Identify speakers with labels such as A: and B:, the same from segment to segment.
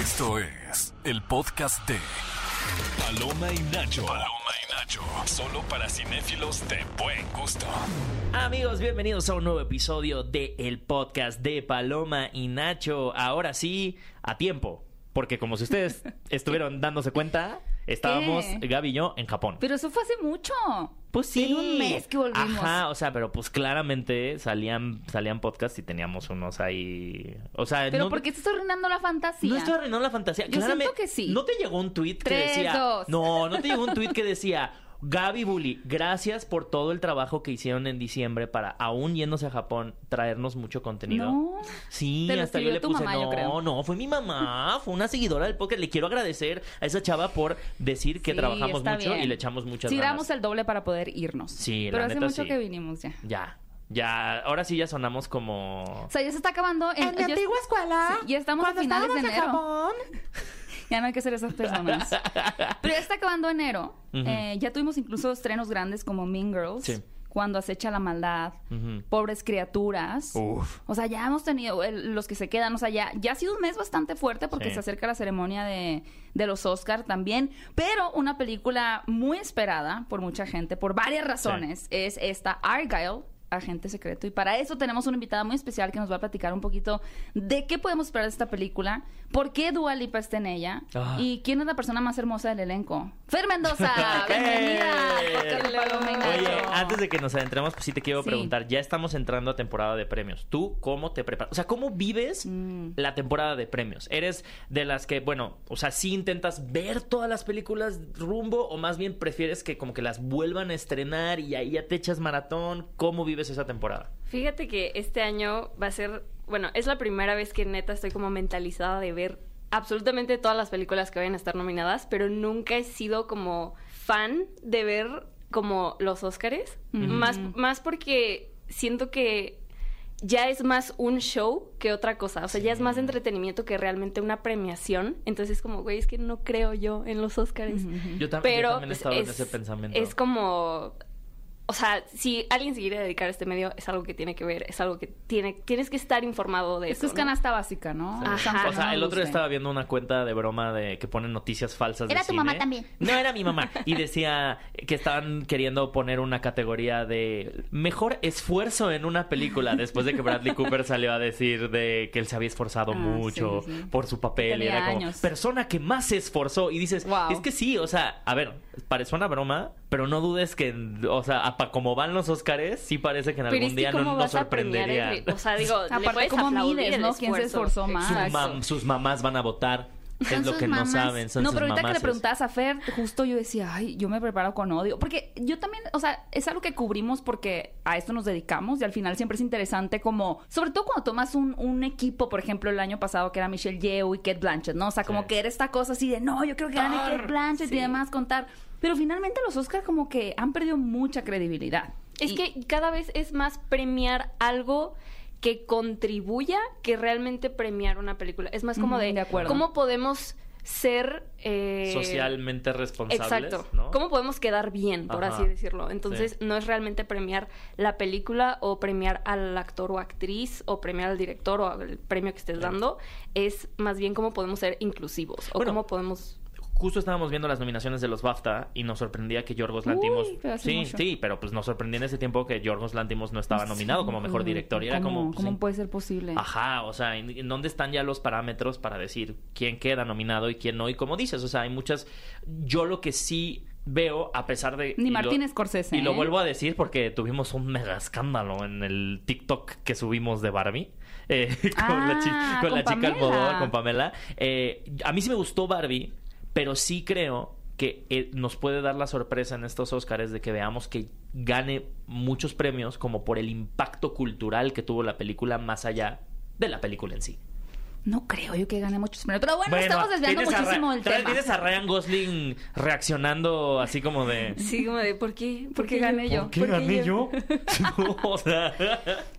A: Esto es el podcast de Paloma y Nacho. Paloma y Nacho. Solo para cinéfilos de buen gusto.
B: Amigos, bienvenidos a un nuevo episodio de el podcast de Paloma y Nacho. Ahora sí, a tiempo. Porque como si ustedes estuvieron dándose cuenta, estábamos,
C: ¿Qué?
B: Gaby y yo, en Japón.
C: Pero eso fue hace mucho.
B: Pues sí.
C: Tiene un mes que volvimos.
B: Ajá, o sea, pero pues claramente salían, salían podcasts y teníamos unos ahí. O sea,
C: Pero
B: no,
C: ¿por qué te estás arruinando la fantasía?
B: no estoy arruinando la fantasía.
C: Yo
B: Claramente-
C: siento que sí.
B: No te llegó un tweet que
C: Tres,
B: decía.
C: dos.
B: No, no te llegó un tweet que decía. Gaby Bully, gracias por todo el trabajo que hicieron en diciembre para, aún yéndose a Japón, traernos mucho contenido.
C: No.
B: Sí,
C: Te lo
B: hasta yo
C: escribió
B: le
C: tu
B: puse,
C: mamá,
B: no,
C: yo creo".
B: no, fue mi mamá, fue una seguidora del podcast. Le quiero agradecer a esa chava por decir que
C: Sí,
B: trabajamos
C: está
B: mucho
C: bien.
B: y le echamos muchas
C: Sí,
B: ganas.
C: damos el doble para poder irnos.
B: Sí, la
C: Pero hace
B: neta,
C: mucho
B: sí.
C: que vinimos ya.
B: Ya, ya, ahora sí ya sonamos como...
C: O sea, ya se está acabando. En, mi antigua escuela. ya estamos a finales de enero. Ya no hay que ser esas personas. Pero ya está acabando enero.
B: Ujú.
C: Eh, ya tuvimos incluso estrenos grandes como Mean Girls.
B: Sí.
C: Cuando acecha la maldad.
B: Ujú.
C: Pobres criaturas.
B: Uf.
C: O sea, ya hemos tenido el- los que se quedan. O sea, ya, ya ha sido un mes bastante fuerte porque
B: Sí.
C: se acerca la ceremonia de, de los Oscar también. Pero una película muy esperada por mucha gente, por varias razones, es esta Argyle. Agente secreto. Y para eso tenemos una invitada muy especial que nos va a platicar un poquito de qué podemos esperar de esta película, por qué Dua Lipa está en ella
B: Ah.
C: y quién es la persona más hermosa del elenco. ¡Fer Mendoza! Ah, ¡Bienvenida! al podcast de Paloma y Nacho.
B: Oye, antes de que nos adentremos, pues sí te quiero
C: Sí.
B: preguntar, ya estamos entrando a temporada de premios. ¿Tú cómo te preparas? O sea, ¿cómo vives
C: Mm.
B: la temporada de premios? ¿Eres de las que, bueno, o sea, sí intentas ver todas las películas rumbo o más bien prefieres que como que las vuelvan a estrenar y ahí ya te echas maratón? ¿Cómo vives esa temporada?
D: Fíjate que este año va a ser, bueno, es la primera vez que neta estoy como mentalizada de ver absolutamente todas las películas que vayan a estar nominadas, pero nunca he sido como fan de ver como los Óscares, más, más porque siento que ya es más un show que otra cosa, o sea, ya es más entretenimiento que realmente una premiación, entonces como, güey, es que no creo yo en los Óscares.
C: Mm.
B: Yo, tam- yo
D: Pero
B: también he
D: pues,
B: estado en ese pensamiento.
D: es como o sea, si alguien se quiere dedicar a este medio, es algo que tiene que ver, es algo que tiene, tienes que estar informado de
C: Esto es
D: eso. ¿no?
C: canasta básica, ¿no?
D: Ajá.
C: Aunque
B: O sea,
C: no
B: el
C: nos
B: otro día
C: guste.
B: estaba viendo una cuenta de broma de que ponen noticias falsas. de
C: Era tu mamá
B: cine.
C: también.
B: No, era mi mamá. Y decía que estaban queriendo poner una categoría de mejor esfuerzo en una película después de que Bradley Cooper salió a decir de que él se había esforzado
C: Ah,
B: mucho
C: sí, sí.
B: por su papel. Y
C: Tenía
B: era como
C: años.
B: persona que más se esforzó. Y dices,
C: Wow.
B: es que sí, o sea, a ver, parece una broma, pero no dudes que, o sea, apa- como van los Óscares, sí parece que en algún
D: Pero es que
B: día no
D: cómo
B: nos
D: vas a premiar
B: sorprendería.
D: el- O sea, digo, le
C: Aparte,
D: puedes
C: ¿cómo
D: aplaudir
C: mides,
D: el
C: no? ¿Quién se
D: esfuerzo.
C: esforzó más?
B: Su mam- sus mamás van a votar. Es
C: Ah, Son
B: lo
C: sus
B: que
C: mamás.
B: no saben. Son
C: no,
B: sus
C: pero ahorita que le
B: mamases.
C: preguntabas a Fer, justo yo decía, ay, yo me preparo con odio. Porque yo también, o sea, es algo que cubrimos porque a esto nos dedicamos y al final siempre es interesante como, sobre todo cuando tomas un, un equipo, por ejemplo, el año pasado que era Michelle Yeoh y Kate Blanchett, ¿no? O sea, como
B: Sí.
C: que era esta cosa así de, no, yo creo que gane Kate Blanchett y demás contar. Pero finalmente los Oscars como que han perdido mucha credibilidad.
D: Es
C: Y-
D: que cada vez es más premiar algo que contribuya que realmente premiar una película. Es más como
C: Ujú,
D: de,
C: de acuerdo.
D: cómo podemos ser eh,
B: Socialmente responsables.
D: Exacto.
B: ¿no?
D: ¿Cómo podemos quedar bien, por
B: Ajá.
D: así decirlo? Entonces,
B: Sí.
D: no es realmente premiar la película o premiar al actor o actriz o premiar al director o al premio que estés
B: Sí.
D: dando. Es más bien cómo podemos ser inclusivos o
B: Bueno,
D: cómo podemos...
B: Justo estábamos viendo las nominaciones de los BAFTA y nos sorprendía que Yorgos Lantimos.
C: Uy, pero hace
B: sí,
C: mucho.
B: sí, pero pues nos sorprendía en ese tiempo que Yorgos Lantimos no estaba nominado como mejor director. Y era
C: ¿Cómo-
B: como. pues,
C: ¿Cómo
B: en-
C: puede ser posible?
B: Ajá, o sea, ¿en, en dónde están ya los parámetros para decir quién queda nominado y quién no? Y como dices, o sea, hay muchas. Yo lo que sí veo, a pesar de.
C: Ni
B: y lo-
C: Martín Scorsese,
B: Y lo
C: ¿eh?
B: vuelvo a decir porque tuvimos un mega escándalo en el TikTok que subimos de Barbie. eh, con la, chi-
C: Ah,
B: con
C: con
B: la chica
C: Pamela.
B: Almodóvar, con Pamela. Eh, a mí sí me gustó Barbie, pero sí creo que eh, nos puede dar la sorpresa en estos Óscares de que veamos que gane muchos premios como por el impacto cultural que tuvo la película más allá de la película en sí.
C: No creo yo que gane muchos premios. Pero bueno, estamos desviando
B: tienes a Ra-
C: muchísimo el
B: tra-
C: tema.
B: Tienes a Ryan Gosling reaccionando así como de...
D: Sí, como de, ¿por qué? ¿Por,
C: qué
D: qué gané yo?
B: ¿Por qué gané yo? No, o sea...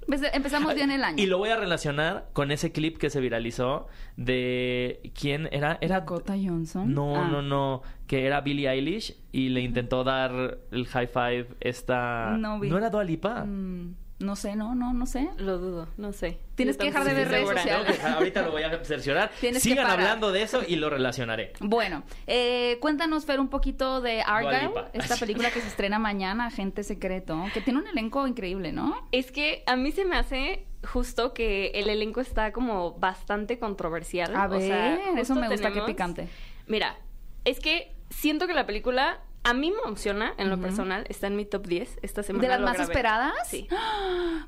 C: Pues, Empezamos bien el año.
B: Y lo voy a relacionar con ese clip que se viralizó de quién era era
C: Dakota Johnson.
B: No,
C: Ah.
B: no, no, que era Billie Eilish y le intentó dar el high five esta
C: No vi.
B: era Dua Lipa?
C: Mm, No sé, no, no, no sé.
D: Lo dudo, no sé.
C: Tienes
D: Yo
C: que dejar
D: tampoco
C: de ver
D: estoy
C: redes
D: segura.
C: sociales.
B: Tengo que- ahorita lo voy a cerciorar.
C: Tienes que
B: Sigan
C: parar.
B: hablando de eso y lo relacionaré.
C: Bueno, eh, cuéntanos, Fer, un poquito de Argyle,
B: Lipa.
C: esta película que se estrena mañana, Agente Secreto, que tiene un elenco increíble, ¿no?
D: Es que a mí se me hace justo que el elenco está como bastante controversial.
C: A
D: O sea,
C: ver, eso
D: justo
C: me gusta, qué
D: tenemos-
C: picante.
D: Mira, es que siento que la película a mí me emociona en lo personal. Está en mi top 10 esta semana.
C: ¿De las
D: lo
C: más
D: grabé.
C: esperadas? Ah.
D: Sí.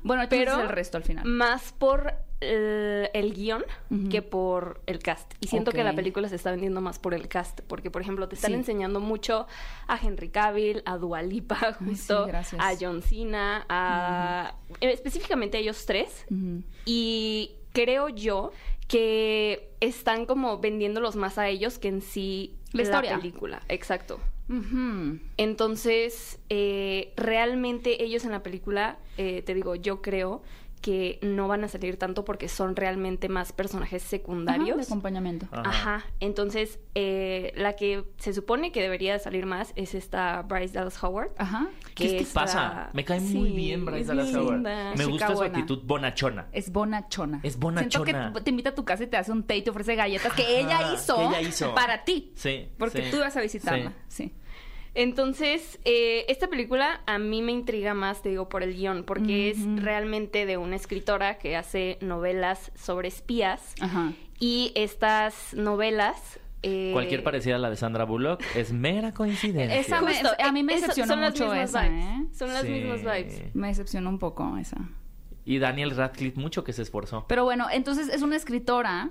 C: Bueno,
D: Pero
C: pero el resto al final.
D: Más por el, el guión
C: Ujú.
D: que por el cast. Y siento que
C: Ok.
D: la película se está vendiendo más por el cast. Porque, por ejemplo, te están
C: Sí.
D: enseñando mucho a Henry Cavill, a Dualipa,
C: Ay,
D: justo,
C: sí, gracias.
D: a John Cena, a. eh, Específicamente a ellos tres.
C: Ujú.
D: Y creo yo que están como vendiéndolos más a ellos que en sí
C: La historia.
D: película. Exacto.
C: Ujú.
D: Entonces, eh, realmente ellos en la película, eh, te digo, yo creo que no van a salir tanto porque son realmente más personajes
C: Ajá,
D: secundarios.
C: de acompañamiento.
B: Ah. Ajá.
D: Ajá. Entonces, eh, la que se supone que debería salir más es esta Bryce Dallas Howard.
C: Ajá.
B: ¿Qué te
D: está-
B: pasa? Me cae muy
D: Sí,
B: bien Bryce
D: es
B: Dallas
D: bien
B: Howard.
D: linda.
B: Me gusta
C: Chica
B: su
C: buena.
B: actitud bonachona.
C: Es bonachona.
B: Es bonachona.
C: Siento que te invita a tu casa y te hace un té y te ofrece galletas que ella
B: Ajá,
C: hizo,
B: que ella hizo.
C: para ti.
B: Sí,
C: Porque
B: sí,
C: tú ibas a visitarla. Sí.
D: Entonces, eh, esta película a mí me intriga más, te digo, por el guión, porque
C: Ujú.
D: es realmente de una escritora que hace novelas sobre espías.
C: Ajá.
D: Y estas novelas. eh,
B: Cualquier parecida a la de Sandra Bullock es mera coincidencia.
C: Esa me- a mí me
D: eh, eso-
C: decepcionó
D: son las
C: mucho
D: mismas
C: esa,
D: vibes,
C: ¿eh?
D: Son las
B: Sí.
D: mismas vibes.
C: Me decepcionó un poco esa.
B: Y Daniel Radcliffe mucho que se esforzó.
C: Pero bueno, entonces es una escritora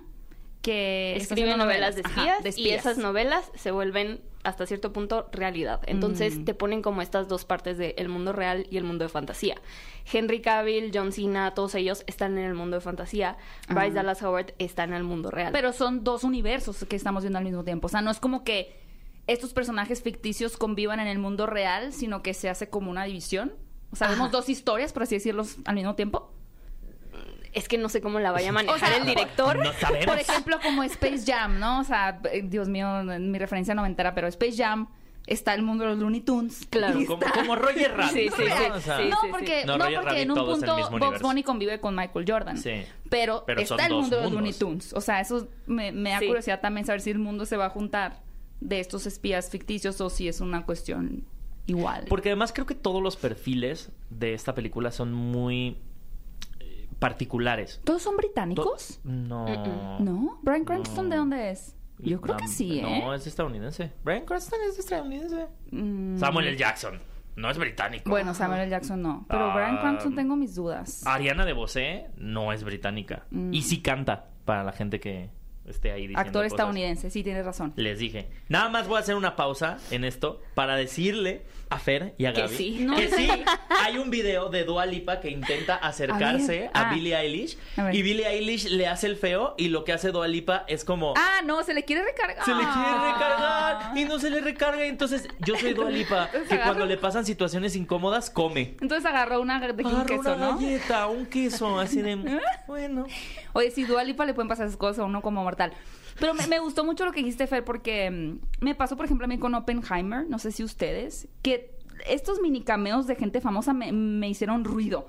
C: que está
D: Escribe
C: haciendo
D: novelas de
C: Ajá,
D: espías,
C: de
D: y
C: espías.
D: esas novelas se vuelven hasta cierto punto realidad. Entonces
C: Mm.
D: te ponen como estas dos partes del mundo real y el mundo de fantasía. Henry Cavill, John Cena, todos ellos están en el mundo de fantasía. Bryce
C: Ajá.
D: Dallas Howard está en el mundo real.
C: Pero son dos universos que estamos viendo al mismo tiempo. O sea, no es como que estos personajes ficticios convivan en el mundo real, sino que se hace como una división. O sea, vemos
D: Ajá.
C: dos historias, por así decirlo, al mismo tiempo.
D: es que no sé cómo la vaya a manejar
C: O sea,
D: el director.
B: No sabemos.
C: Por ejemplo, como Space Jam, ¿no? O sea, eh, Dios mío, mi referencia noventera, pero Space Jam está el mundo de los Looney Tunes.
D: Claro.
C: Y
B: como,
C: está-
B: como Roger Rabbit.
D: Sí, sí,
B: ¿no?
D: sí,
B: O sea,
D: sí.
C: no, porque,
B: sí.
C: no,
B: No, Roger
C: porque en
B: Rabbit,
C: un
B: todos en el
C: punto
B: mismo
C: Box
B: universo.
C: Bunny convive con Michael Jordan.
B: Sí.
C: Pero,
B: Pero son
C: está el
B: dos
C: mundo de los Looney
B: mundos.
C: Tunes. O sea, eso me, me da
D: Sí.
C: curiosidad también saber si el mundo se va a juntar de estos espías ficticios o si es una cuestión igual.
B: Porque además creo que todos los perfiles de esta película son muy eh, particulares.
C: ¿Todos son
B: To-
C: británicos?
B: No.
C: ¿No? ¿Brian Cranston
B: No.
C: de dónde es? Yo creo que
B: Vietnam.
C: sí, ¿eh?
B: No, es estadounidense. Brian Cranston es estadounidense.
C: Mm,
B: Samuel L. Jackson. No es británico.
C: Bueno, Samuel L. Jackson no. Pero
B: Ah.
C: Brian Cranston tengo mis dudas.
B: Ariana de Bosé no es británica.
C: Pues- Mm.
B: Y sí canta para la gente que esté ahí diciendo
C: Actor
B: cosas.
C: estadounidense, sí, tienes razón.
B: Les dije. Nada más voy a hacer una pausa en esto para decirle a Fer y a
D: Que
B: Gaby
D: sí.
C: No.
B: que sí. Hay un video de Dua Lipa que intenta acercarse
C: A
B: a,
C: ver, ah.
B: Billie Eilish
C: A ver.
B: y Billie Eilish le hace el feo y lo que hace Dua Lipa es como
C: Ah, no, se le quiere recargar. Ah.
B: se le quiere recargar y no se le recarga. Y entonces yo soy Dua Lipa que
C: agarra-
B: cuando le pasan situaciones incómodas come.
C: Entonces agarró una de un
B: Agarra una
C: queso, ¿no? ¿Eh?
B: galleta, un queso, así de bueno.
C: Oye, si Dualipa le pueden pasar esas cosas a uno como mortal. Pero me, me gustó mucho lo que dijiste, Fer, porque mm, me pasó, por ejemplo, a mí con Oppenheimer, no sé si ustedes, que estos mini cameos de gente famosa me, me hicieron ruido.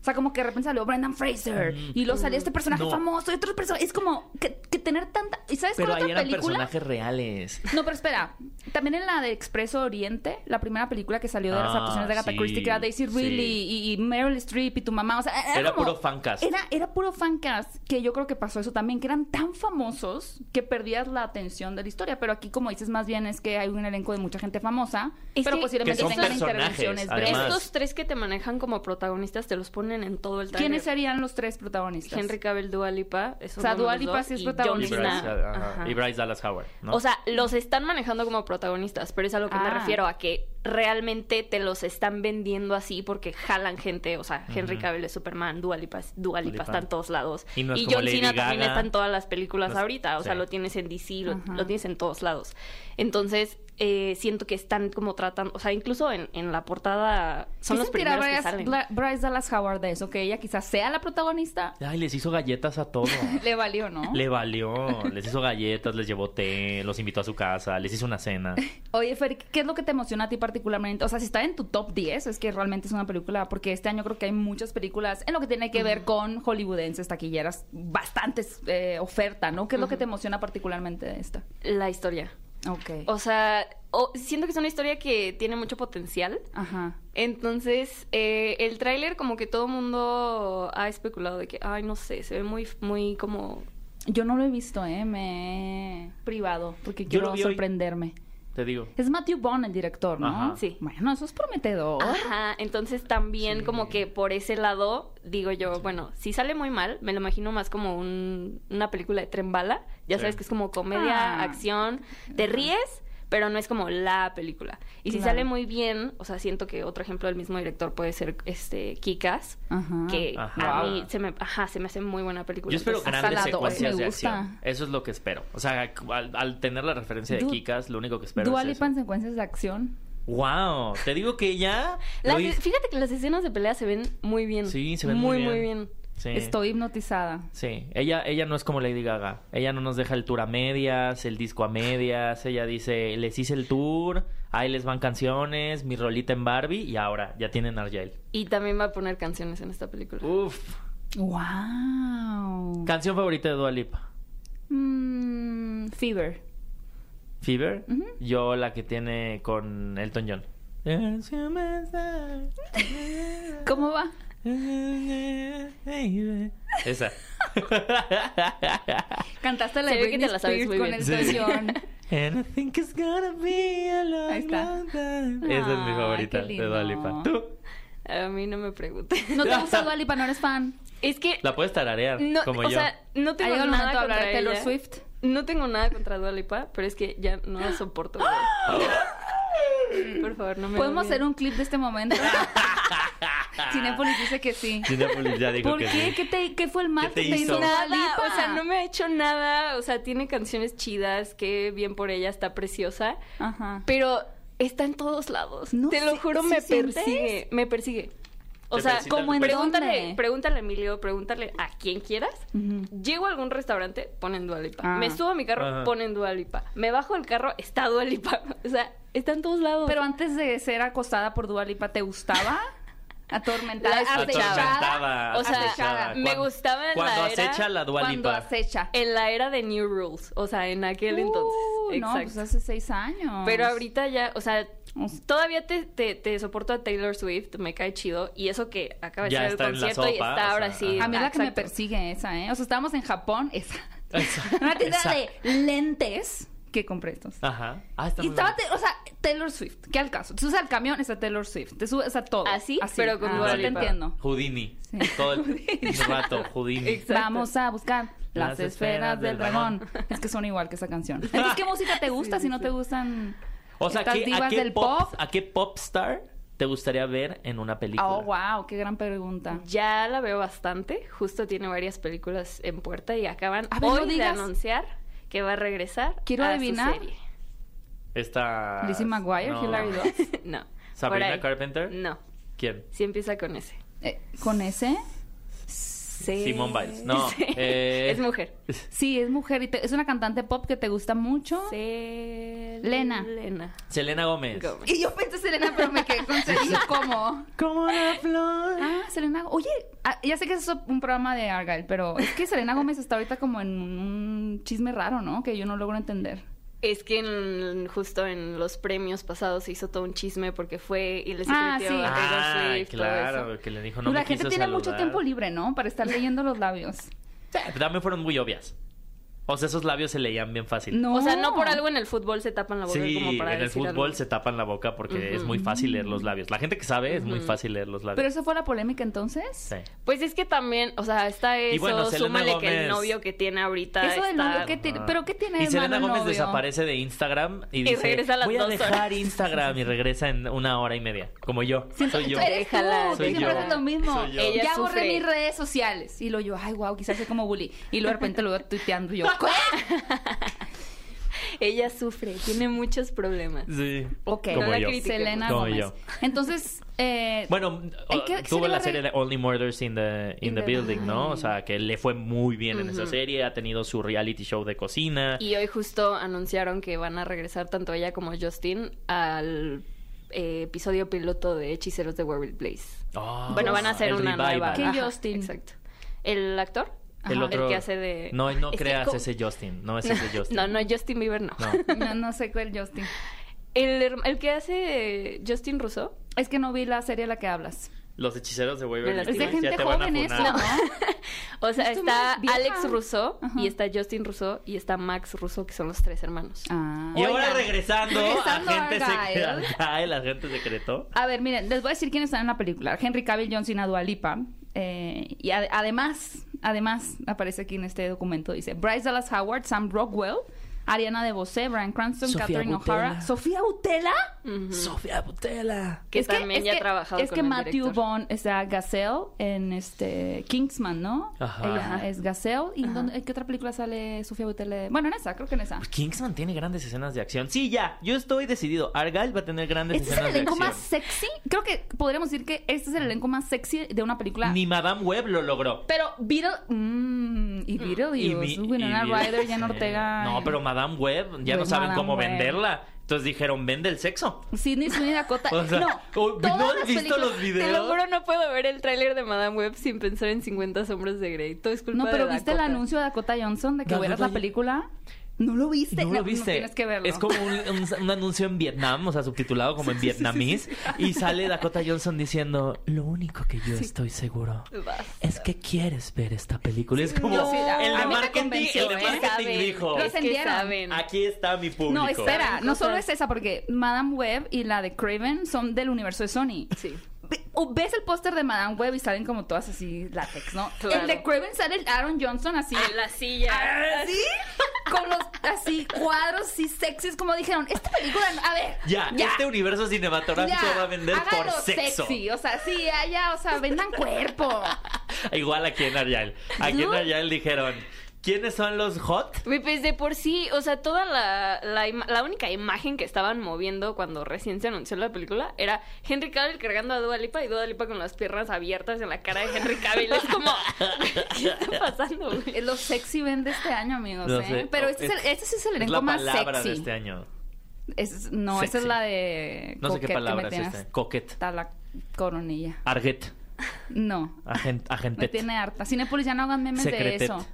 C: O sea, como que de repente salió Brendan Fraser y luego salió este personaje
B: Mm, no.
C: famoso y otro personaje. Es como que, que tener tanta. ¿Y sabes
B: Pero
C: cuál
B: ahí
C: otra
B: eran
C: película?
B: personajes reales.
C: No, pero espera. También en la de Expreso Oriente, la primera película que salió de las
B: Ah,
C: actuaciones de Agatha
B: sí,
C: Christie, que era Daisy Ridley
B: sí.
C: y, y Meryl Streep y tu mamá. O sea, era,
B: Era
C: como-
B: puro fancast.
C: Era, era puro fancast, que yo creo que pasó eso también, que eran tan famosos que perdías la atención de la historia. Pero aquí, como dices, más bien es que hay un elenco de mucha gente famosa,
D: Es
C: pero
D: que-
C: posiblemente
D: que son
C: tengan
B: personajes,
C: intervenciones.
B: además.
C: breves.
D: Estos tres que te manejan como protagonistas te los ponen en todo el trailer.
C: ¿Quiénes serían los tres protagonistas?
D: Henry Cavill, Dualipa.
C: O sea, Dua Lipa sí es protagonista.
B: Y Bryce, ajá,
D: Ajá.
B: y Bryce Dallas Howard. ¿no?
D: O sea, los están manejando como protagonistas, pero es a lo que me
C: Ah.
D: refiero, a que realmente te los están vendiendo así porque jalan gente. O sea, Henry
B: Ujú.
D: Cavill es Superman, Dualipa
B: Lipa.
D: está en todos lados.
B: Y no es como
D: John
B: Lady
D: Cena también
B: Gaga.
D: está en todas las películas
B: No es-
D: ahorita. O sea,
B: sí.
D: lo tienes en DC, lo,
C: Ajá.
D: lo tienes en todos lados. Entonces, eh, siento que están como tratando, o sea, incluso en, en la portada son
C: ¿Qué
D: los
C: sentirá
D: primeros que
C: Bryce,
D: salen.
C: Bla- Bryce Dallas Howard de eso? Que ella quizás sea la protagonista.
B: Ay, les hizo galletas a todos.
C: Le valió, ¿no?
B: Le valió, les hizo galletas, les llevó té, los invitó a su casa, les hizo una cena.
C: Oye, Fer, ¿qué es lo que te emociona a ti particularmente, o sea, si está en tu top 10, es que realmente es una película, porque este año creo que hay muchas películas en lo que tiene que ver con hollywoodenses, taquilleras, bastantes eh, oferta, ¿no? ¿Qué es lo que te emociona particularmente de esta?
D: La historia.
C: Ok.
D: O sea, o- siento que es una historia que tiene mucho potencial.
C: Ajá.
D: Entonces, eh, el tráiler como que todo mundo ha especulado de que, ay, no sé, se ve muy, muy como...
C: Yo no lo he visto, ¿eh? Me he privado,
B: Yo
C: porque
B: lo
C: quiero
B: vi hoy.
C: sorprenderme.
B: Te digo.
C: Es Matthew Bond el director, ¿no?
B: Ajá. Ah,
D: Sí.
C: Bueno, eso es prometedor.
D: Ajá, entonces también
B: ¿Oh? Sí.
D: como que por ese lado, digo yo, bueno, si sale muy mal, me lo imagino más como un- una película de tren bala. Ya
B: Sí.
D: sabes que es como comedia,
C: Ah.
D: acción, te ríes, pero no es como la película. Y si
C: Claro.
D: sale muy bien, o sea, siento que otro ejemplo del mismo director puede ser este Kikas.
C: Ajá.
D: que
B: Ajá.
D: a mí se me, ajá, se me hace muy buena película.
C: Pues,
B: Yo espero
D: Entonces, ¿eh?
C: hasta
B: grandes
C: la dos
B: secuencias
C: eh, me
B: de
C: gusta.
B: acción. Eso es lo que espero. O sea, al, al tener la referencia de
C: Du-
B: Kikas, lo único que espero
C: Dua
B: es
C: Lipa en secuencias de acción.
B: ¡Wow! Te digo que ya...
D: las-
B: lo hice-
D: fíjate que las escenas de pelea se ven muy bien.
B: Sí, se ven muy bien.
D: Muy, bien.
B: Sí.
C: Estoy hipnotizada.
B: Sí, ella, ella no es como Lady Gaga. Ella no nos deja el tour a medias, el disco a medias. Ella dice, les hice el tour, ahí les van canciones, mi rolita en Barbie y ahora ya tienen Argyle.
D: Y también va a poner canciones en esta película.
B: Uf.
C: Wow.
B: Canción favorita de Dua Lipa.
C: Mm, Fever.
B: Fever.
C: Ujú.
B: Yo la que tiene con Elton John.
C: ¿Cómo va?
B: Esa.
C: Cantaste la
D: Se
C: de
D: ve que
C: Britney
D: te la sabes
C: Spears
D: muy
C: con
D: bien.
C: el
B: Sí.
C: John.
B: And I think it's gonna be a long,
C: Ahí está.
B: long time. Esa es mi
C: Ay,
B: favorita
C: qué
B: de Dua Lipa.
C: lindo.
B: ¿Tú?
D: A mí no me preguntes.
C: ¿No te gusta Dua Lipa? ¿No eres fan?
D: es que
B: La puedes tararear,
D: no,
B: como
D: o
B: yo.
D: sea, no
C: ¿Ha
D: tengo
C: llegado el
D: nada
C: momento de
D: contra
C: hablar de Taylor
D: ella.
C: Swift?
D: No tengo nada contra Dua Lipa, pero es que ya no la soporto. güey. Por favor, no me
C: ¿Podemos
D: odien.
C: hacer un clip de este momento? Cinepolis dice que sí.
B: Cinépolis ya dijo
C: ¿Por
B: que
C: qué?
B: sí.
C: ¿Qué, te, ¿Qué fue el mal
B: ¿Qué
C: que
B: te
C: te
B: hizo?
C: hizo Dua
D: nada,
C: Lipa?
D: o sea, no me ha hecho nada, o sea, tiene canciones chidas, que bien por ella, está preciosa,
C: Ajá.
D: pero está en todos lados.
C: No
D: Te lo
C: sé,
D: juro,
C: ¿sí
D: me
C: sientes?
D: persigue, me persigue. O
B: Te
D: sea,
B: persigue
D: como
B: al
D: en
C: recuerdo.
D: pregúntale,
C: ¿Dónde?
D: pregúntale a Emilio, pregúntale a quien quieras.
C: Ujú.
D: Llego a algún restaurante, ponen Dualipa.
C: Ah.
D: Me subo a mi carro,
B: Ajá.
D: ponen Dualipa. Me bajo del carro, está Dualipa. O sea, está en todos lados.
C: Pero antes de ser acosada por Dua Lipa, ¿te gustaba? Atormentada,
D: La
C: acechada.
B: Atormentada,
D: O sea,
B: acechada.
D: me
B: Cuando-
D: gustaba en
B: Cuando
D: la era-
B: acecha la Dua
C: Cuando
B: Lipa.
C: acecha.
D: en la era de New Rules, o sea, en aquel
C: Uh,
D: entonces.
C: No,
D: Exacto.
C: pues hace seis años.
D: Pero ahorita ya, o sea,
C: O sea,
D: todavía te, te, te soporto a Taylor Swift, me cae chido. Y eso que acaba de
B: Ya
D: ser el
B: está en la
D: concierto y
B: sopa,
D: está
B: o
D: ahora
B: sea,
D: sí.
B: ajá.
C: A mí es
D: Ah,
C: la que me
D: exacto.
C: persigue esa, ¿eh? O sea, estábamos en Japón, esa.
B: Esa,
C: Una tienda
B: esa.
C: de lentes que compré estos.
B: Ajá. Ah, está
C: Y
B: muy
C: estaba,
B: bueno.
C: te- o sea, Taylor Swift, ¿qué al caso? Te subes al camión, está Taylor Swift, te subes a todo.
B: ¿Ah,
D: Así, pero con Dua
C: ya te
D: Lipa.
C: entiendo.
B: Houdini.
C: Sí.
B: Todo el rato, Houdini.
D: Exacto.
C: Vamos a buscar las,
B: Las
C: esferas del dragón. Es que son igual que esa canción. Entonces, ¿qué música te gusta si no te gustan
B: O sea,
C: estas
B: ¿qué-
C: divas
B: ¿a, qué
C: del
B: pop,
C: pop?
B: ¿a qué pop star te gustaría ver en una película?
C: Oh, wow, qué gran pregunta.
D: Ya la veo bastante. Justo tiene varias películas en puerta y acaban
C: A ver, no
D: hoy de
C: digas.
D: anunciar que va a regresar.
C: Quiero
D: a
C: adivinar.
D: Su serie.
B: Esta...
C: Lizzie McGuire,
B: No.
C: Hilary Duff.
D: no.
B: ¿Sabrina
D: por ahí.
B: Carpenter?
D: No.
B: ¿Quién?
D: Sí empieza con ese.
C: Eh, ¿Con ese?
B: Simone Biles. No,
D: Sí.
B: eh.
D: Es mujer.
C: Sí, es mujer y te- es una cantante pop que te gusta mucho. Lena.
D: Lena.
B: Selena Gómez.
D: Gómez.
C: Y yo pensé Selena, pero me quedé con Selena como...
B: Como la flor.
C: Ah, Selena. Oye, ah, ya sé que es un programa de Argyle, pero es que Selena Gómez está ahorita como en un chisme raro, ¿no? Que yo no logro entender.
D: Es que en- justo en los premios pasados se hizo todo un chisme porque fue y les
C: Ah,
D: escribió
C: sí.
D: a Taylor
B: Ah,
D: Swift, todo eso.
B: claro, que le dijo no
C: la
B: me
C: gente
B: quiso
C: tiene mucho
B: saludar.
C: tiempo libre, ¿no? Para estar leyendo los labios.
B: Sí, También fueron muy obvias. O sea, esos labios se leían bien fácil.
C: No.
D: O sea, no por algo en el fútbol se tapan la boca como
B: Sí,
D: para
B: en el
D: decir
B: fútbol
D: algo.
B: se tapan la boca porque es muy fácil leer los labios. La gente que sabe es muy fácil leer los labios.
C: Pero esa fue la polémica entonces.
B: Sí.
D: Pues es que también, o sea, está eso,
B: bueno, Selena
D: súmale que el
B: Gómez.
D: novio que tiene ahorita
C: Eso del
D: está-
C: novio, ¿qué tiene?
B: Ah.
C: ¿Pero qué tiene
B: Y
C: de
B: Selena
C: malo el
B: Gómez
C: novio?
B: desaparece de Instagram y, dice,
D: regresa a las
B: voy a
D: dos
B: dejar
D: horas".
B: Instagram y regresa en una hora y media, como yo.
C: Siento-
B: Soy yo.
C: Eres
D: Déjala,
C: tú,
B: soy
C: siempre
B: yo.
C: haces lo mismo.
B: Soy yo.
D: Ella
C: ya borré
D: sufre.
C: mis redes sociales. Y lo yo, ay, wow, quizás sea como bully. Y luego de repente lo veo tuiteando y yo, ¿qué?
D: Ella sufre, tiene muchos problemas.
B: Sí.
C: Ok,
B: Como
D: No la
B: yo.
D: critico.
C: Selena
B: Como
C: Gómez.
B: yo.
C: Entonces, eh,
B: Bueno,
C: Ay, ¿qué- qué
B: tuvo
C: sería
B: la
C: la
B: serie
C: re-
B: de Only Murders in the, in
C: In
B: the
C: the
B: Building, ¿no?
C: Building.
B: O sea, que le fue muy bien en esa serie, ha tenido su reality show de cocina.
D: Y hoy justo anunciaron que van a regresar tanto ella como Justin al eh, episodio piloto de Hechiceros de Waverly Place.
B: Ah,
D: bueno, van a hacer
B: el
D: una
B: revival.
D: nueva.
C: King
D: Ajá,
C: Justin.
D: Exacto. ¿El actor?
B: El
D: Ajá.
B: otro.
D: que hace de...
B: No, no
D: Es que
B: creas
D: co-
B: ese Justin. No es ese Justin.
D: No, no, Justin Bieber no.
B: No.
C: No, no sé cuál Justin.
D: El, her- el que hace eh, Justin Rousseau.
C: Es que no vi la serie de la que hablas.
B: Los hechiceros de
D: Me
B: Waverly
D: las-
B: Place.
D: Es de
B: ya
C: gente
B: te van a
C: joven eso,
B: funar.
C: ¿no?
D: O sea,
C: Estoy
D: está
C: muy vieja.
D: Alex Rousseau
C: Ajá.
D: y está Justin Rousseau y está Max Rousseau, que son los tres hermanos.
C: Ah.
B: Y ahora
C: Oigan,
B: regresando,
C: regresando
B: a gente
C: Argyle.
B: secreta. El agente secreto.
C: A ver, miren, les voy a decir quiénes están en la película. Henry Cavill, John Cena, Dua Lipa. Eh, y ade- además, además, aparece aquí en este documento, dice Bryce Dallas Howard, Sam Rockwell, Ariana DeBose, Brian Cranston,
B: Sofía
C: Catherine O'Hara,
B: Boutella.
C: Sofía Utela.
B: Sofía Butela.
D: Que también ya ha trabajado
C: Es
D: con
C: que
D: el
C: Matthew
D: director.
C: Vaughn es a Gazelle en este Kingsman, ¿no?
B: Ajá.
C: Ella es Gazelle. ¿Y dónde- en qué otra película sale Sofía Boutella? Bueno, en esa, creo que en esa.
B: Kingsman tiene grandes escenas de acción. Sí, ya. Yo estoy decidido. Argyle va a tener grandes
C: Este es el
B: escenas de
C: elenco
B: acción.
C: más sexy. Creo que podríamos decir que este es el elenco más sexy de una película.
B: Ni Madame Web lo logró.
C: Pero Beatle. mm, y
B: Y
C: Beetlejuice.
B: mi-
C: Winona
B: y-
C: Ryder, Jan
B: sí.
C: Ortega.
B: No, pero Madame Web ya no
C: Pues
B: saben
C: Madame
B: cómo
C: Webb.
B: venderla. Entonces dijeron, vende el sexo.
C: Sidney Sweeney Dakota.
B: O sea, oh,
C: no.
B: ¿no
C: todas
B: has
C: las
B: visto
C: películas-
B: los videos?
D: Te lo juro, no puedo ver el tráiler de Madame Web sin pensar en 50 sombras de Grey. Todo es culpa
C: No, pero
D: de
C: viste el
D: Dakota.
C: anuncio de Dakota Johnson de que
B: Dakota
C: vieras la
B: Johnson.
C: película. Este, No lo viste.
B: No lo viste.
C: tienes que verlo.
B: Es como un, un- un anuncio en Vietnam, o sea, subtitulado como en vietnamís. Y sale Dakota Johnson diciendo: Lo único que yo estoy seguro
D: Vas.
B: es que quieres ver esta película. Es como
C: No, sí, a-
B: el
C: a
B: de
C: mí me
B: marketing,
C: convenció,
B: el de
C: ¿eh?
B: marketing
D: Saben,
B: dijo:
C: Los
D: es que
C: entendieron.
D: saben.
B: Aquí está mi público.
C: No, espera,
D: Saben
C: no
D: cosas.
C: solo es esa, porque Madame Web y la de Craven son del universo de Sony.
D: Sí.
C: Ve- o ves el póster de Madame Web y salen como todas así látex, ¿no?
D: Claro.
C: El de Craven sale el Aaron Johnson así.
D: En la
B: Ah,
D: silla.
C: así, con los así cuadros así sexys, como dijeron, esta película, a ver,
B: Ya, este universo cinematográfico
C: ya,
B: va a vender por
C: hágalo
B: sexo.
C: sexy, o sea, sí, allá, o sea, vendan cuerpo.
B: Igual aquí en Arial. Aquí en
C: Dude.
B: Arial dijeron: ¿Quiénes son los hot?
D: Güey, Pues de por sí, o sea, toda la, la, ima- la única imagen que estaban moviendo cuando recién se anunció la película era Henry Cavill cargando a Dua Lipa y Dua Lipa con las piernas abiertas en la cara de Henry Cavill. Es como, ¿qué está pasando,
C: Eh,
D: güey?
C: Lo sexy vende este año, amigos,
B: No
C: ¿eh?
B: sé,
C: Pero
B: o-
C: este, es, el- este sí es el
B: Es
C: elenco
B: la
C: más
B: palabra
C: sexy.
B: de este año.
C: Es- no, esa es
B: Sexy.
C: la de
B: No sé
C: coquet
B: qué
C: que
B: palabra
C: me
B: es
C: tienes
B: esta. Coquet.
C: hasta la coronilla.
B: Arget.
C: No,
B: Agen-
C: me
B: agentet.
C: tiene harta. Cinepolis ya no hagan memes
B: Secretet.
C: de eso.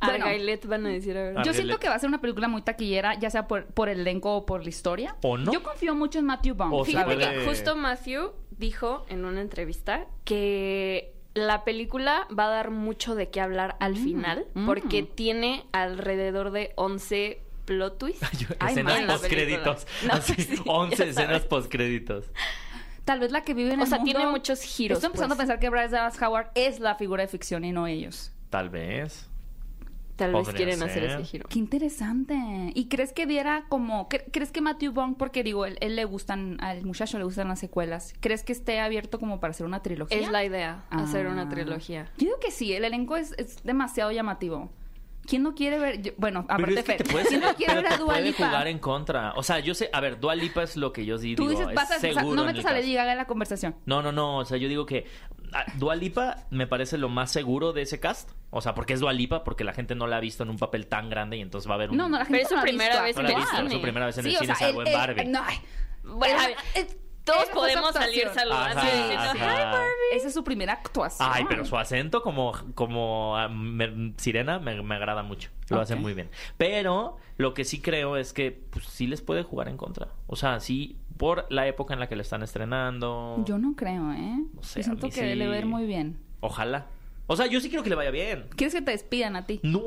C: Bueno.
D: Argailet van a decir ahora.
B: Ah.
C: Yo
B: Argelet.
C: siento que va a ser una película muy taquillera, ya sea por, por el elenco o por la historia.
B: ¿O no?
C: Yo confío mucho en Matthew Vaughn.
B: O se
C: Fíjate
D: Fíjate
B: puede-
C: que-
D: que justo Matthew dijo en una entrevista que la película va a dar mucho de qué hablar al final
C: mm.
D: porque tiene alrededor de 11 plot twists.
B: Yo-
C: Ay,
B: escenas
C: man, la
B: postcréditos.
D: película. No,
B: Así,
D: sí, ya
B: 11
D: sabes.
B: escenas postcréditos.
C: tal vez la que vive en
D: O
C: el
D: sea,
C: mundo-
D: tiene muchos giros,
C: Estoy empezando
D: pues.
C: a pensar que Bryce Dallas Howard es la figura de ficción y no ellos.
B: Tal vez.
D: Tal vez
B: Podría
D: quieren hacer
B: ser.
D: ese giro.
C: Qué interesante. ¿Y crees que diera como... cre- ¿Crees que Matthew Vaughn, porque digo, él, él le gustan... Al muchacho le gustan las secuelas. ¿Crees que esté abierto como para hacer una trilogía?
D: Es la idea, hacer
C: Ah.
D: una trilogía.
C: Yo digo que sí, el elenco es, es demasiado llamativo. ¿Quién no quiere ver...? yo- bueno, aparte
B: Pero es que
C: Fer,
B: te puedes-
C: ¿Quién no quiere
B: pero
C: ver a
B: te
C: Dua
B: puede
C: Lipa?
B: jugar en contra. O sea, yo sé. A ver, Dua Lipa es lo que yo sí
C: Tú
B: digo.
C: dices,
B: es
C: vas a, o sea,
B: seguro
C: no
B: en el
C: metes a
B: caso.
C: Lady Gaga en la conversación.
B: No, no, no. O sea, yo digo que ah, Dua Lipa me parece lo más seguro de ese cast. O sea, porque es Dua Lipa, porque la gente no la ha visto en un papel tan grande y entonces va a haber un.
C: No, no, la
D: Pero
C: gente
D: es su
C: no la ha
D: primera
C: visto
D: vez
B: No
D: en
B: la he
D: el
B: visto, es
C: actuar.
D: cine.
B: su primera vez en
C: Sí,
B: el
C: o
B: cine,
C: sea,
B: salvo
C: él-
B: en
C: él-
B: Barbie.
C: no, ay,
D: Bueno, a ver,
C: él-
D: Todos
C: él fue su
D: podemos salir
C: actuación.
D: saludando
B: Ajá,
D: y diciendo,
B: ajá.
D: "Hi, Barbie".
C: Esa es su primera actuación.
B: Ay, pero su acento como, como ah, me- sirena me, me agrada mucho. Lo hace
C: Ok.
B: muy bien. Pero lo que sí creo es que pues, sí les puede jugar en contra. O sea, sí por la época en la que le están estrenando.
C: Yo no creo, ¿eh?
B: No sé,
C: Yo siento
B: a mí
C: que
B: sí.
C: le va a ir muy bien.
B: Ojalá. O sea, yo sí quiero que le vaya bien.
C: ¿Quieres que te despidan a ti?
B: No,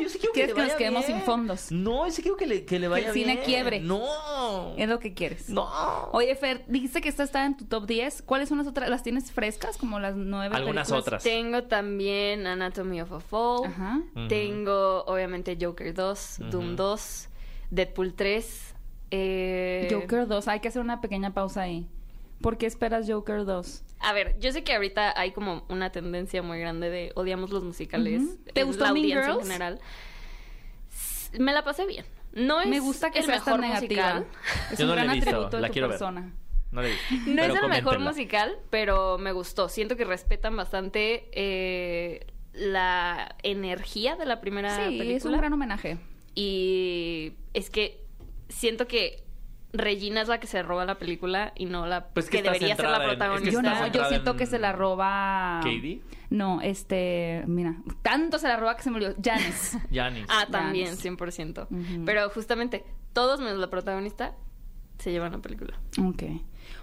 B: yo sí quiero que le
C: ¿Quieres que nos
B: vaya
C: quedemos
B: bien.
C: sin fondos?
B: No, yo sí quiero que le, que le vaya
C: el cine
B: bien.
C: quiebre.
B: No.
C: Es lo que quieres.
B: No.
C: Oye, Fer, dijiste que esta está en tu top 10. ¿Cuáles son las otras? ¿Las tienes frescas? Como las nueve
B: Algunas
C: películas?
B: otras.
D: Tengo también Anatomy of a Fall.
C: Ajá.
B: Ujú.
D: Tengo, obviamente, Joker 2,
B: Ujú.
D: Doom 2, Deadpool 3. eh,
C: Joker 2. Hay que hacer una pequeña pausa ahí. ¿Por qué esperas Joker 2?
D: A ver, yo sé que ahorita hay como una tendencia muy grande de odiamos los musicales.
C: Ujú. ¿Te
D: es
C: gustó
D: la
C: Mean
D: audiencia en
C: Girls?
D: general. S- Me la pasé bien. No es
C: Me gusta que
D: el
C: seas tan
D: mejor
C: negativa.
D: musical.
C: Es
B: Yo
C: un
B: no la he
C: gran
B: visto,
C: atributo de
B: la
C: tu
B: quiero ver.
C: persona.
B: No le dije.
D: No
B: Pero
D: es el mejor
B: coméntenla.
D: musical, pero me gustó. Siento que respetan bastante eh, la energía de la primera
C: Sí,
D: película.
C: es un gran homenaje.
D: Y es que siento que Regina es la que se roba la película y no la
B: Pues que
D: que
B: está
D: debería ser
B: centrada
D: la
B: en- es que
D: protagonista.
C: Yo
B: está
C: no, yo
B: centrada
C: siento
B: en-
C: que se la roba.
B: ¿Katie?
C: No, este. Mira, tanto se la roba que se me olvidó. Janice.
B: Janis.
D: Ah, también,
C: Janis.
D: 100%.
C: Ujú.
D: Pero justamente, todos menos la protagonista se llevan la película.
C: Ok.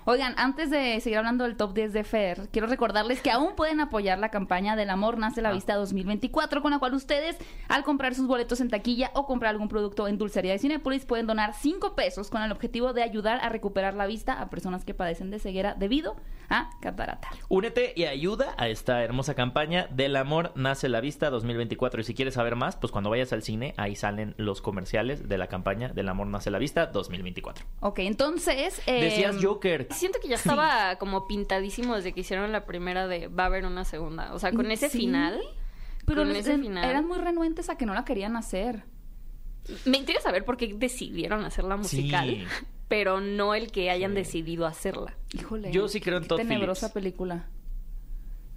C: Oigan, antes de seguir hablando del top 10 de Fer, quiero recordarles que aún pueden apoyar la campaña del amor nace
D: Ah.
C: la vista 2024, con la cual ustedes, al comprar sus boletos en taquilla o comprar algún producto en dulcería de Cinepolis, pueden donar 5 pesos con el objetivo de ayudar a recuperar la vista a personas que padecen de ceguera debido a catarata.
B: Únete y ayuda a esta hermosa campaña Del amor nace la vista 2024. Y si quieres saber más, pues cuando vayas al cine, ahí salen los comerciales de la campaña Del amor nace la vista 2024.
C: Ok, entonces. eh,
B: Decías Joker.
D: Em, Siento que ya estaba como pintadísimo desde que hicieron la primera de va a haber una segunda. O sea, con ese
C: Mm, Sí.
D: final.
C: Pero
D: con
C: les-
D: ese final.
C: eran muy renuentes a que no la querían hacer.
D: Me intriga saber por qué decidieron hacerla musical,
B: Sí.
D: pero no el que hayan decidido hacerla.
C: Híjole.
B: Yo sí creo en
C: qué
B: Todd
C: tenebrosa
B: Phillips.
C: película.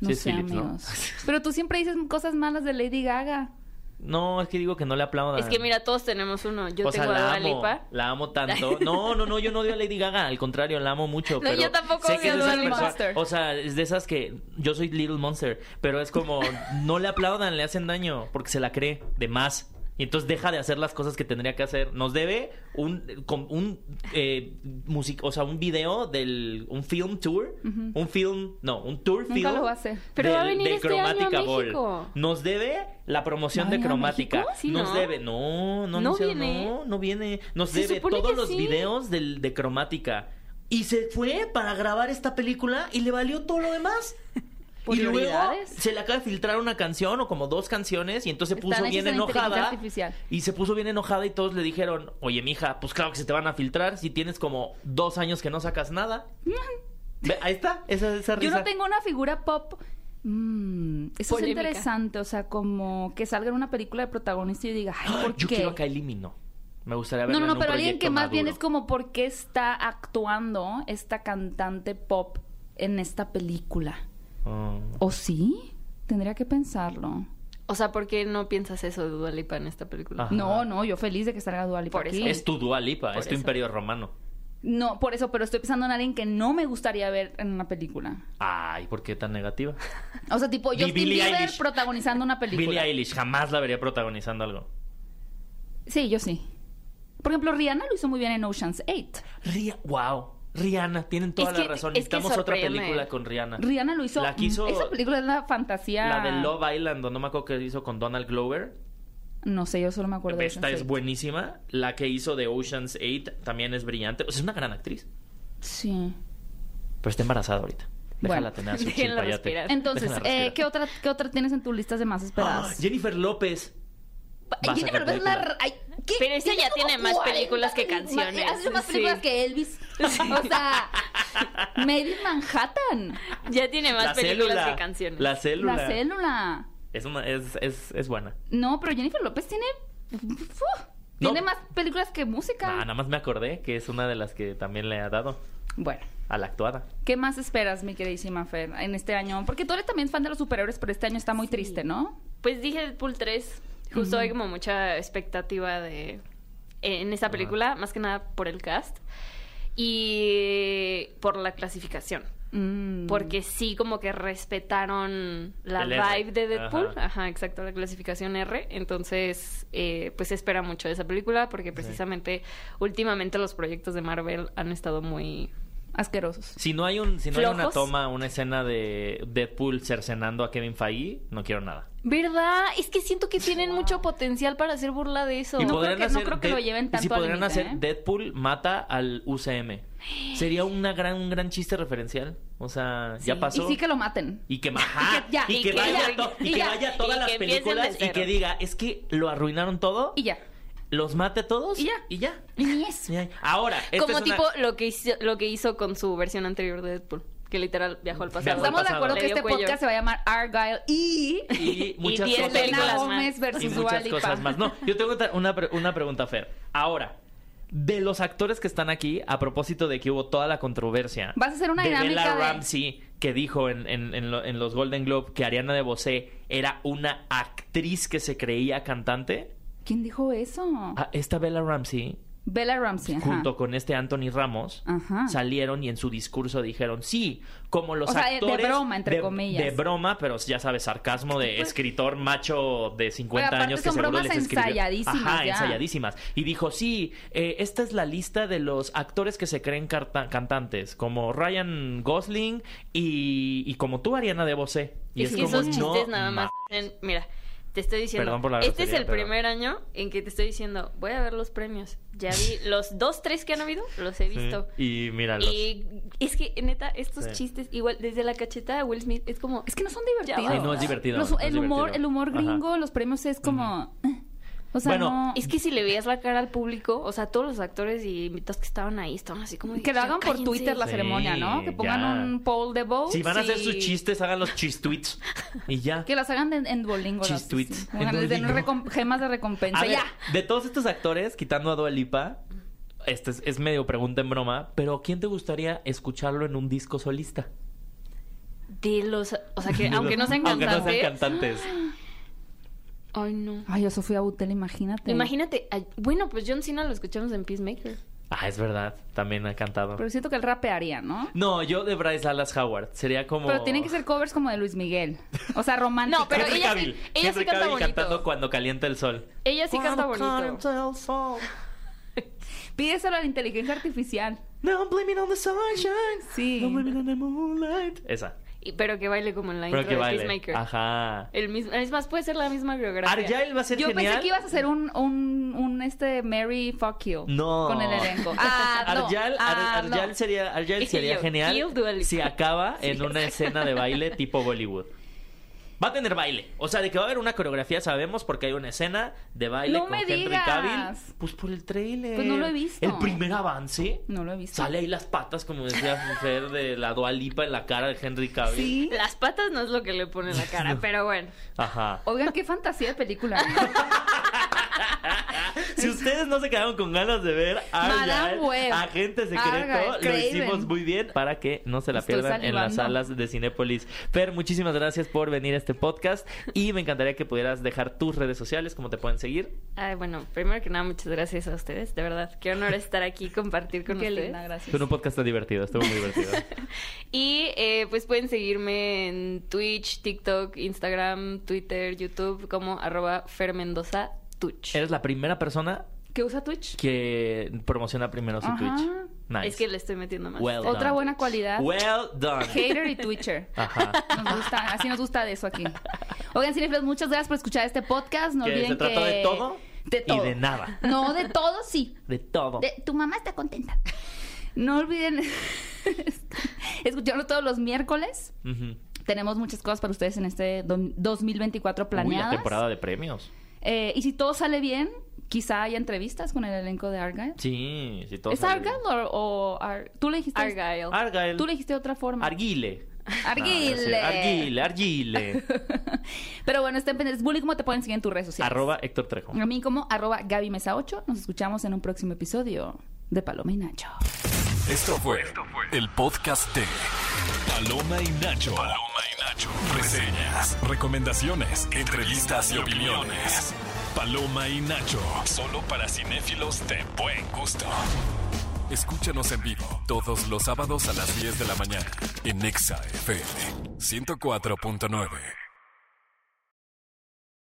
C: No
B: Sí es
C: sé,
B: Phillips, ¿no?
C: amigos. Pero tú siempre dices cosas malas de Lady Gaga.
B: No, es que digo que no le aplaudan.
D: Es que mira, todos tenemos uno. Yo
B: o sea,
D: tengo a
B: la
D: Dua
B: amo,
D: Lipa.
B: la amo tanto. No, no, no, yo no odio a Lady Gaga, al contrario, la amo mucho.
D: No,
B: pero
D: yo tampoco
B: sé
D: odio
B: que es
D: a
B: de
D: Dua
B: esas
D: Lipa.
B: personas- O sea, es de esas que yo soy Little Monster, pero es como no le aplaudan, le hacen daño porque se la cree de más. Y entonces deja de hacer las cosas que tendría que hacer. Nos debe un con un eh, music- o sea, un video del un film tour, un film, no, un tour
C: Nunca
B: film.
C: lo va a hacer.
D: Pero va a venir este año a
B: Chromatica Ball.
D: México.
B: Nos debe la promoción
C: ¿Va a
B: de
C: venir a
B: Cromática.
D: México? Sí,
B: Nos
D: ¿no?
B: debe, no, no,
D: No
B: anunciado,
D: viene.
B: no, no viene. Nos
D: Se
B: debe
D: supone
B: todos
D: que
B: los
D: sí.
B: videos del- de cromática. Y se fue para grabar esta película y le valió todo lo demás. Y luego
C: Prioridades.
B: se le acaba de filtrar una canción o como dos canciones y entonces se
C: Están
B: puso
C: hechas
B: bien
C: en inteligencia
B: enojada.
C: artificial.
B: Y se puso bien enojada y todos le dijeron, oye mija, pues claro que se te van a filtrar si tienes como dos años que no sacas nada. Ve, Ahí está, esa, esa
C: Yo
B: risa.
C: no tengo una figura pop. Mm, eso
D: Polémica.
C: es interesante. O sea, como que salga en una película de protagonista y yo diga, ay, ¿por
B: Yo
C: qué?
B: quiero a Kylie Minogue. Me gustaría verla
C: No, no,
B: en
C: no,
B: un
C: pero alguien que
B: proyecto
C: más bien
B: maduro.
C: es como por qué está actuando esta cantante pop en esta película.
B: Oh.
C: ¿O sí? Tendría que pensarlo.
D: O sea, ¿por qué no piensas eso de Dua Lipa en esta película?
B: Ajá.
C: No, no, yo feliz de que salga Dual
D: Por eso.
B: Es tu Dualipa,
D: Por
B: es tu
D: eso.
B: imperio romano.
C: No, por eso, pero estoy pensando en alguien que no me gustaría ver en una película.
B: Ay, ¿por qué tan negativa?
C: O sea, tipo
B: Ni
C: Justin
B: Billie
C: Bieber
B: Eilish.
C: protagonizando una
B: Billie
C: película.
B: Eilish jamás la vería protagonizando algo.
C: Sí, yo sí. Por ejemplo, Rihanna lo hizo muy bien en Ocean's 8.
B: Ria, wow, Rihanna, tienen toda
D: Es
B: la
D: que-
B: razón.
D: es que
B: Necesitamos otra
D: sorprende.
B: película con Rihanna.
C: Rihanna lo hizo.
B: Ah. La que hizo-
C: Esa película es la fantasía.
B: La de Love Island, o no me acuerdo que hizo con Donald Glover.
C: No sé, yo solo me acuerdo de
B: Esta
C: Ocean's
B: es
C: Eight.
B: buenísima. La que hizo de Ocean's 8 también es brillante. O sea, es una gran actriz.
C: Sí.
B: Pero está embarazada ahorita. Déjala
C: Bueno,
B: tener a su
D: déjenla
B: chilpayate.
D: respirar.
C: Entonces,
B: Déjenla
C: eh,
B: respirar.
C: ¿qué, otra, ¿qué otra tienes en tu lista de más
B: Ah,
C: esperadas?
B: Jennifer López.
C: Pa-
B: va a sacar
C: Jennifer López es la
B: película.
C: r- ay, ¿qué?
D: Pero esa ya
C: como
D: tiene más
C: 40
D: películas que
C: películas,
D: canciones.
C: Ha hecho más
D: Sí.
C: películas que Elvis. O sea, Made in Manhattan.
D: Ya tiene más
B: La
D: películas
B: célula.
D: que canciones.
B: La célula.
C: La célula.
B: Es, una, es, es, es buena.
C: No, pero Jennifer López tiene. Uf,
B: No.
C: Tiene más películas que música.
B: Ah, nada más me acordé que es una de las que también le ha dado
C: Bueno.
B: a la actuada.
C: ¿Qué más esperas, mi queridísima Fer, en este año? Porque tú eres también fan de los superhéroes, pero este año está muy triste, ¿no?
D: Pues dije Deadpool 3. Justo hay como mucha expectativa de en esta película, más que nada por el cast y por la clasificación.
C: Mm.
D: Porque sí, como que respetaron la
B: El R.
D: vibe de Deadpool.
B: Ajá.
D: Ajá. exacto, la clasificación R. Entonces, eh, pues se espera mucho de esa película porque precisamente últimamente los proyectos de Marvel han estado muy...
C: Asquerosos.
B: Si no hay un si no hay una
D: Flojos.
B: toma, una escena de Deadpool cercenando a Kevin Feige, no quiero nada.
D: ¿Verdad? Es que siento que tienen mucho potencial para hacer burla de eso.
C: No podría- creo que- no creo que lo lleven
B: y
C: tanto
B: si
C: al
B: podrían
C: límite,
B: hacer
C: ¿eh?
B: Deadpool mata al UCM. Sería una gran un gran chiste referencial. O sea, ya
D: Sí.
B: pasó.
C: Y sí que lo maten.
B: Y que, ajá,
C: Y que ya,
B: y
C: y
B: que
C: que
B: vaya,
D: ya,
B: to- y
D: y
B: que
D: ya,
B: vaya todas
D: y
B: las
D: que empiecen
B: películas
D: de
B: y que
D: cero.
B: diga, es que lo arruinaron todo,
C: Y ya.
B: los mate a todos
C: Y ya.
B: y ya.
C: Y eso.
B: Y ahí- Ahora, esta
D: Como
B: es una-
D: tipo lo, que hizo, lo que hizo con su versión anterior de Deadpool, que literal viajó al pasado.
B: Viajó al
C: Estamos de
B: pasado.
C: acuerdo
D: Le
C: que
D: dio
C: este
D: cuello.
C: podcast se va a llamar Argyle y.
B: y muchas
D: diez
B: cosas
D: películas
B: más.
D: más.
C: Gómez
B: y
C: versus Dua
B: muchas
C: Lipa.
B: cosas más. No, yo tengo otra- una, pre- una pregunta, Fer. Ahora, de los actores que están aquí, a propósito de que hubo toda la controversia.
C: Vas a hacer una
B: de
C: dinámica
B: Bella
C: de-
B: Ramsey, que dijo en, en- en lo- en los Golden Globe que Ariana de Bosé era una actriz que se creía cantante.
C: ¿Quién dijo eso?
B: Ah, esta Bella Ramsey
C: Bella Ramsey, ajá.
B: junto con este Anthony Ramos,
C: Ajá.
B: salieron y en su discurso dijeron, sí, como los
C: Ah. O sea, de- de
B: actores...
C: broma, entre comillas.
B: De broma, pero ya sabes, sarcasmo de escritor macho de 50
C: Oye, aparte
B: años que
C: son
B: seguro
C: bromas
B: les escribió.
C: ensayadísimas
B: Ajá,
C: ya.
B: ensayadísimas. Y dijo, sí, eh, esta es la lista de los actores que se creen carta- cantantes, como Ryan Gosling y, y como tú, Ariana DeBose. Y,
D: es,
B: es
D: que
B: como,
D: esos chistes
B: no
D: nada más hacen- Mira, te estoy diciendo.
B: Perdón por la
D: este es
B: grosería,
D: el
B: pero-
D: primer año en que te estoy diciendo, voy a ver los premios. Ya vi los dos, tres que han habido, los he
B: Sí,
D: visto.
B: Y míralos.
D: Y es que, neta, estos
B: Sí.
D: chistes, igual, desde la cachetada de Will Smith, es como.
C: Es que no son
D: Ya
C: divertidos.
D: basta. Ay, no,
B: es divertido,
C: Los-
B: no es
C: el, humor,
B: divertido.
C: el humor
B: Ajá.
C: gringo, los premios es como... eh, O sea,
B: Bueno,
C: no-
D: Es que si le veías la cara al público, o sea, todos los actores y invitados que estaban ahí estaban así como.
C: Que lo
D: "Ya
C: hagan por
D: cállense".
C: Twitter la
B: Sí,
C: ceremonia, ¿no? Que pongan
B: ya.
C: un poll de votes.
B: Si van a
D: oh,
B: hacer sus
C: y-
B: chistes, hagan los chistuits. Y ya.
C: Que las hagan en, en Duolingo. las-
B: Chistuit.
C: sí,
B: En
C: pongan- les den
B: Duolingo.
C: recom- gemas de recompensa.
B: A ver,
C: ya.
B: de todos estos actores, quitando a Dua Lipa, este es, es medio pregunta en broma, pero ¿quién te gustaría escucharlo en un disco solista?
D: De los. O sea, que aunque no sean
B: Aunque
D: cantantes.
B: no sean cantantes.
D: Ay, no.
C: Ay, yo Sofía Butel, imagínate.
D: Imagínate. ay, Bueno, pues John Cena lo escuchamos en Peacemaker.
B: Ah, es verdad, también ha cantado.
C: Pero siento que él rapearía, ¿no?
B: No, yo de Bryce Dallas Howard. Sería como.
C: Pero tienen que ser covers como de Luis Miguel. O sea, románticos.
D: No, pero
B: Henry
D: ella sí-
B: Cavill.
D: ella sí
B: Henry
D: canta
B: Cavill
D: bonito.
B: cantando cuando calienta el sol.
D: Ella sí canta bonito.
C: Pídeselo a la inteligencia artificial.
B: No, I'm blaming on the sunshine.
C: Sí.
B: No, I'm blaming on the moonlight. Esa.
D: Y- pero que baile como en la
B: Pero
D: intro
B: que
D: de
B: baile.
D: Peacemaker.
B: Ajá.
D: El mismo, es más, puede ser la misma coreografía.
B: Argyle va a ser
C: Yo
B: genial.
C: pensé que ibas a hacer un, un, un este Mary Fuck You
B: No.
C: con el elenco. Ah, no.
B: Argyle, Ar-
C: Ah, no.
B: Argyle sería, Argyle
D: Y
B: sería
D: yo,
B: genial
D: y el Dua Lipa.
B: si acaba en una escena de baile tipo Bollywood. Va a tener baile. O sea, de que va a haber una coreografía sabemos porque hay una escena de baile
C: No
B: con
C: me
B: Henry
C: digas.
B: Cavill. Pues por el trailer.
C: Pues no lo he visto.
B: El primer avance.
C: No lo he visto.
B: Sale ahí las patas, como decía Fer, de la dualipa en la cara de Henry Cavill.
C: Sí.
D: Las patas no es lo que le pone en la cara, pero bueno.
B: Ajá.
C: Oigan, qué fantasía de película.
B: Si ustedes no se quedaron con ganas de ver
C: Madame
B: Argyle,
C: Web,
B: Agente Secreto,
C: Argyle,
B: lo
C: Craven.
B: hicimos muy bien para que no se la
C: Estoy
B: pierdan en las
C: salivando.
B: salas de Cinépolis. Fer, muchísimas gracias por venir a este podcast y me encantaría que pudieras dejar tus redes sociales, cómo te pueden seguir.
D: Ay, bueno, primero que nada, muchas gracias a ustedes. De verdad, qué honor estar aquí y compartir con
C: qué
D: ustedes.
C: linda, gracias.
B: Fue un podcast tan divertido, estuvo muy divertido.
D: Y eh, pues pueden seguirme en Twitch, TikTok, Instagram, Twitter, YouTube, como arroba fermendoza tuch.
B: Eres la primera persona
C: ¿Qué usa Twitch?
B: que promociona primero su
C: Ajá.
B: Twitch. Nice.
D: Es que le estoy metiendo más.
B: Well
C: Otra
B: done.
C: buena cualidad.
B: Well done.
C: Hater y Twitcher.
B: Ajá.
C: Nos gusta, así nos gusta de eso aquí. Oigan, Cinefilos, muchas gracias por escuchar este podcast. No
B: Que
C: olviden
B: se trató
C: que-
B: de todo
C: de
B: y
C: todo.
B: de nada.
C: No, de todo sí.
B: De todo.
C: De- tu mamá está contenta. No olviden escucharlo todos los miércoles.
B: Ujú.
C: Tenemos muchas cosas para ustedes en este don-
B: Uy,
C: 2024
B: la
C: planeadas.
B: temporada de premios.
C: Eh, y si todo sale bien, quizá haya entrevistas con el elenco de Argyle.
B: Sí, sí, todo
C: ¿Es
B: sale
C: Argyle
B: bien.
C: o, o Ar- tú le dijiste
D: Argyle.
B: Argyle.
C: Tú le dijiste de otra forma.
B: Arguile.
C: Arguile.
B: Ah, No, no sé. Arguile, Arguile.
C: Pero bueno, estén pendientes. Bully, ¿cómo te pueden seguir en tus redes sociales?
B: Arroba Héctor Trejo.
C: A mí como arroba Gaby Mesa 8. Nos escuchamos en un próximo episodio de Paloma y Nacho.
A: Esto fue el podcast de Paloma y Nacho. Paloma y Nacho. Reseñas, recomendaciones, entrevistas y opiniones. Paloma y Nacho. Solo para cinéfilos de buen gusto. Escúchanos en vivo todos los sábados a las 10 de la mañana en Exa FM 104.9.